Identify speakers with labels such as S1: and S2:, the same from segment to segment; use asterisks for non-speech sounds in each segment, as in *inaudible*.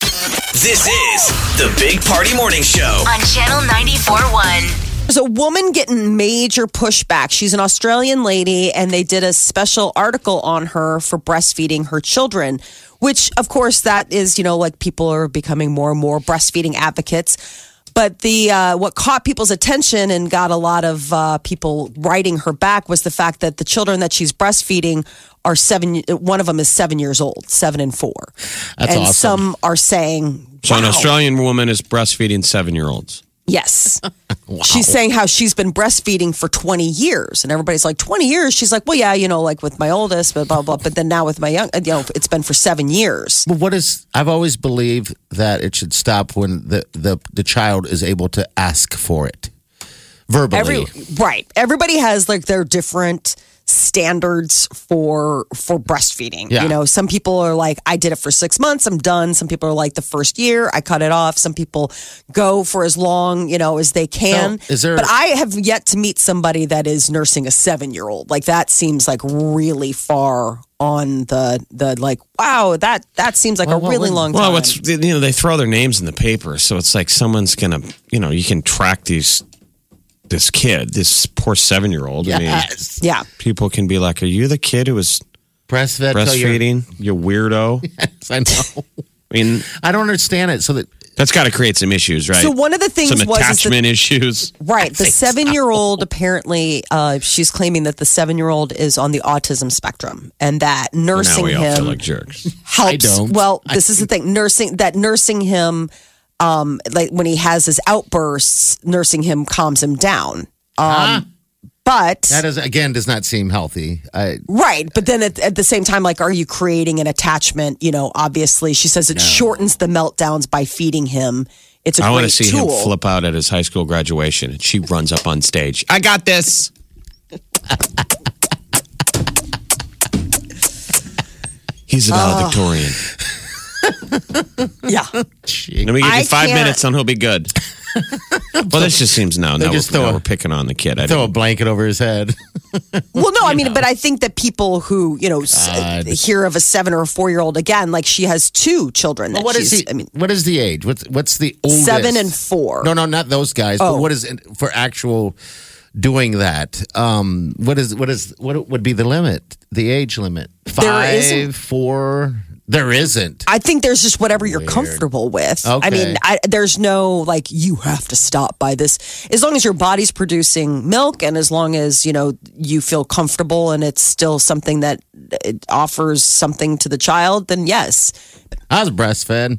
S1: This is the Big Party Morning Show.
S2: on Channel 94.1.
S3: There's a woman getting major pushback. She's an Australian lady, and they did a special article on her for breastfeeding her children, which, of course, that is, you know, like people are becoming more and more breastfeeding advocates. But the uh, what caught people's attention and got a lot of uh, people writing her back was the fact that the children that she's breastfeeding are seven. One of them is seven years old, seven and four,
S4: That's
S3: and
S4: awesome.
S3: some are saying,
S4: So an
S3: "Wow."
S4: Australian woman is breastfeeding seven year olds.
S3: Yes. She's saying how she's been breastfeeding for 20 years. And everybody's like, 20 years? She's like, well, yeah, you know, like with my oldest, but blah, blah, blah. But then now with my young, you know, it's been for seven years.
S5: But what is? I've always believed that it should stop when the the, the child is able to ask for it verbally.
S3: Every, right. Everybody has like their different standards for for breastfeeding
S5: Yeah.
S3: you know some people are like i did it for six months i'm done some people are like the first year i cut it off some people go for as long you know as they can
S5: So, is there-
S3: but i have yet to meet somebody that is nursing a seven year old like that seems like really far on the the like wow that that seems like
S5: Well,
S3: a
S5: what
S3: really
S5: would-
S3: long time
S4: Well, it's you know they throw their names in the paper, so it's like someone's gonna you know you can track these this kid, this poor seven year old. I mean,
S5: Yes.
S3: Uh, yeah
S4: people can be like, "Are you the kid who was
S5: Breastfed till you're-
S4: breastfeeding? You
S3: *laughs*
S4: weirdo."
S5: *laughs* I know.
S4: I mean,
S5: I don't understand it. So that
S4: that's got to create some issues, right?
S3: So one of the things
S4: some
S3: was is that-
S4: attachment issues.
S3: Right. The seven year old apparently, uh, she's claiming that the seven year old is on the autism spectrum and that
S4: Now
S3: nursing
S4: we all
S3: him
S4: feel like jerks.
S3: helps.
S5: I don't.
S3: Well, this is the thing nursing, that nursing him, um, like when he has his outbursts, nursing him calms him down. Um, But
S5: that is again does not seem healthy. I
S3: Right. But then at, at the same time, like, are you creating an attachment? You know, obviously, she says it shortens the meltdowns by feeding him. It's a
S4: I
S3: great
S4: want to see
S3: tool.
S4: him flip out at his high school graduation, and she runs up on stage. I got this. He's a valedictorian.
S3: Oh.
S4: *laughs*
S3: Yeah.
S4: Let me give you
S3: I
S4: 5
S3: can't-
S4: minutes, and he'll
S3: *laughs*
S4: be good. well, this just seems now. Now,
S5: just
S4: we're,
S5: throw
S4: now
S5: a-
S4: we're picking on the kid. I
S5: throw a
S4: don't-
S5: blanket over
S3: *laughs*
S5: his head.
S3: Well, no, I mean, but I think that people who you know s-
S5: God.
S3: hear of a seven or a four year old again, like she has two children. That
S5: what is
S3: she's,
S5: the?
S3: I mean,
S5: what is the age? What's what's the oldest?
S3: seven and four.
S5: No, no, not those guys.
S3: Oh.
S5: But what is for actual doing that? Um, what is what is what would be the limit? The age limit? Five,
S3: There isn't.
S5: four? There isn't.
S3: I think there's just whatever you're comfortable with. I mean,
S5: Okay.
S3: I, there's no like you have to stop by this. As long as your body's producing milk, and as long as you know you feel comfortable, and it's still something that it offers something to the child, then yes.
S5: I was breastfed.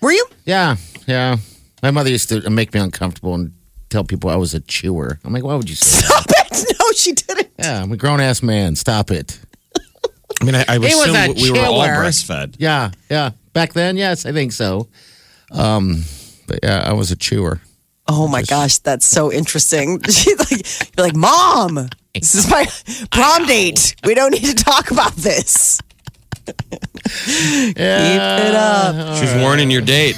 S3: Were you? *laughs*
S5: Yeah, yeah. My mother used to make me uncomfortable and tell people I was a chewer. I'm like, why would
S3: *laughs*
S5: you say that?
S3: Stop it! No, she didn't.
S5: yeah, I'm a grown ass man. Stop it.
S4: I mean, I, I would
S5: He was
S4: assume
S5: a
S4: we were all
S5: chiller.
S4: breastfed.
S5: Yeah, yeah. Back then, yes, I think so. Um, but yeah, I was a chewer.
S3: Oh my gosh, that's so interesting. *laughs* She's like, you're like, Mom, this is my prom date. We don't need to talk about this. *laughs* Keep it up.
S4: She's warning your date.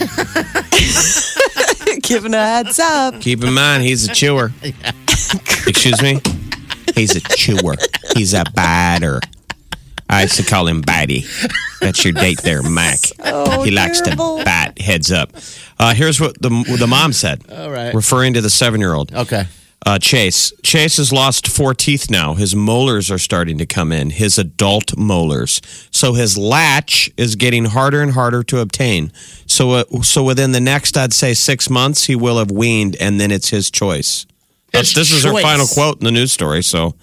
S3: Giving a heads up.
S4: Keep in mind, he's a chewer. Excuse me? He's a chewer. He's a biter. I used to call him Bitey. That's your date there, Mac. he likes to
S3: terrible.
S4: bat. Heads up. Uh, here's what the, the mom said. All
S5: right.
S4: Referring to the seven year old.
S5: Okay.
S4: Uh, Chase. Chase has lost four teeth now. His molars are starting to come in, his adult molars. So his latch is getting harder and harder to obtain. So, uh, so within the next, I'd say six months, he will have weaned, and then it's his choice. That's-
S5: His
S4: this is her
S5: choice.
S4: final quote in the news story. So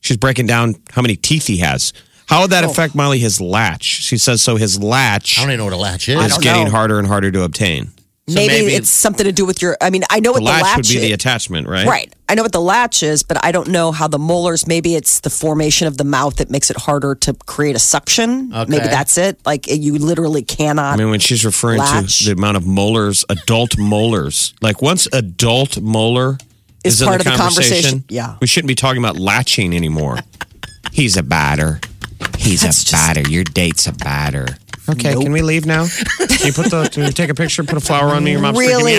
S4: she's breaking down how many teeth he has. How would that affect Molly? His latch. She says so. His latch
S5: Oh. I don't even know what a latch is.
S4: is
S3: don't
S4: getting
S3: know.
S4: harder and harder to obtain.
S3: maybe,
S4: maybe-
S3: it's something to do with your. I mean, I know
S4: The
S3: what
S4: latch,
S3: the latch
S4: would be
S3: is.
S4: the attachment, right?
S3: Right. I know what the latch is, but I don't know how the molars, maybe it's the formation of the mouth that makes it harder to create a suction. Maybe
S5: Okay.
S3: that's it. Like it, you literally cannot.
S4: I mean, when she's referring
S3: Latch.
S4: to the amount of molars, adult molars, like once adult molar
S3: Is
S4: is, in
S3: part
S4: the
S3: of the
S4: conversation,
S3: conversation, yeah.
S4: we shouldn't be talking about
S3: *laughs*
S4: latching anymore. He's a batter. He's
S3: That's
S4: a
S3: just-
S4: batter. Your date's a batter. Okay, can we leave now? Can you put the can you take a picture, put a flower on me? Your mom's freaking
S3: Really?
S4: me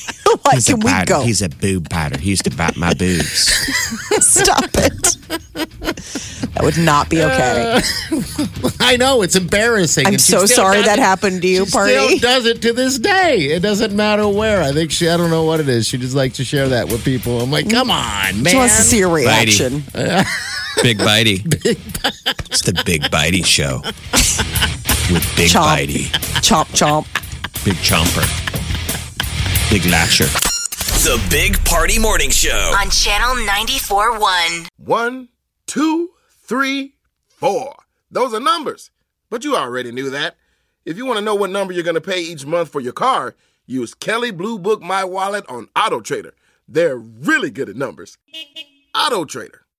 S3: *laughs* Like,
S4: He's
S3: can
S4: a
S3: we
S4: batter.
S3: go?
S4: He's a boob batter. He used to bat my
S3: *laughs*
S4: boobs.
S3: Stop
S4: *laughs*
S3: it. that would not be okay.
S5: *laughs* I know it's embarrassing.
S3: I'm
S5: and she
S3: so
S5: still
S3: sorry
S5: does
S3: that
S5: it.
S3: happened to you,
S5: She
S3: party. *laughs*
S5: still does it to this day. It doesn't matter where. I think she. I don't know what it is. She just likes to share that with people. I'm like, come on, man.
S3: She wants to see your
S4: Lady.
S3: reaction.
S4: Big Bitey. It's the Big Bitey show
S3: *laughs*
S4: with Big
S3: Chomp.
S4: Bitey,
S3: Chomp, chomp.
S4: Big Chomper, Big Latcher.
S1: The Big Party Morning Show.
S2: on Channel 94.1.
S6: One, two, three, four. Those are numbers, but you already knew that. If you want to know what number you're going to pay each month for your car, use Kelly Blue Book My Wallet on Auto Trader. They're really good at numbers. Auto Trader.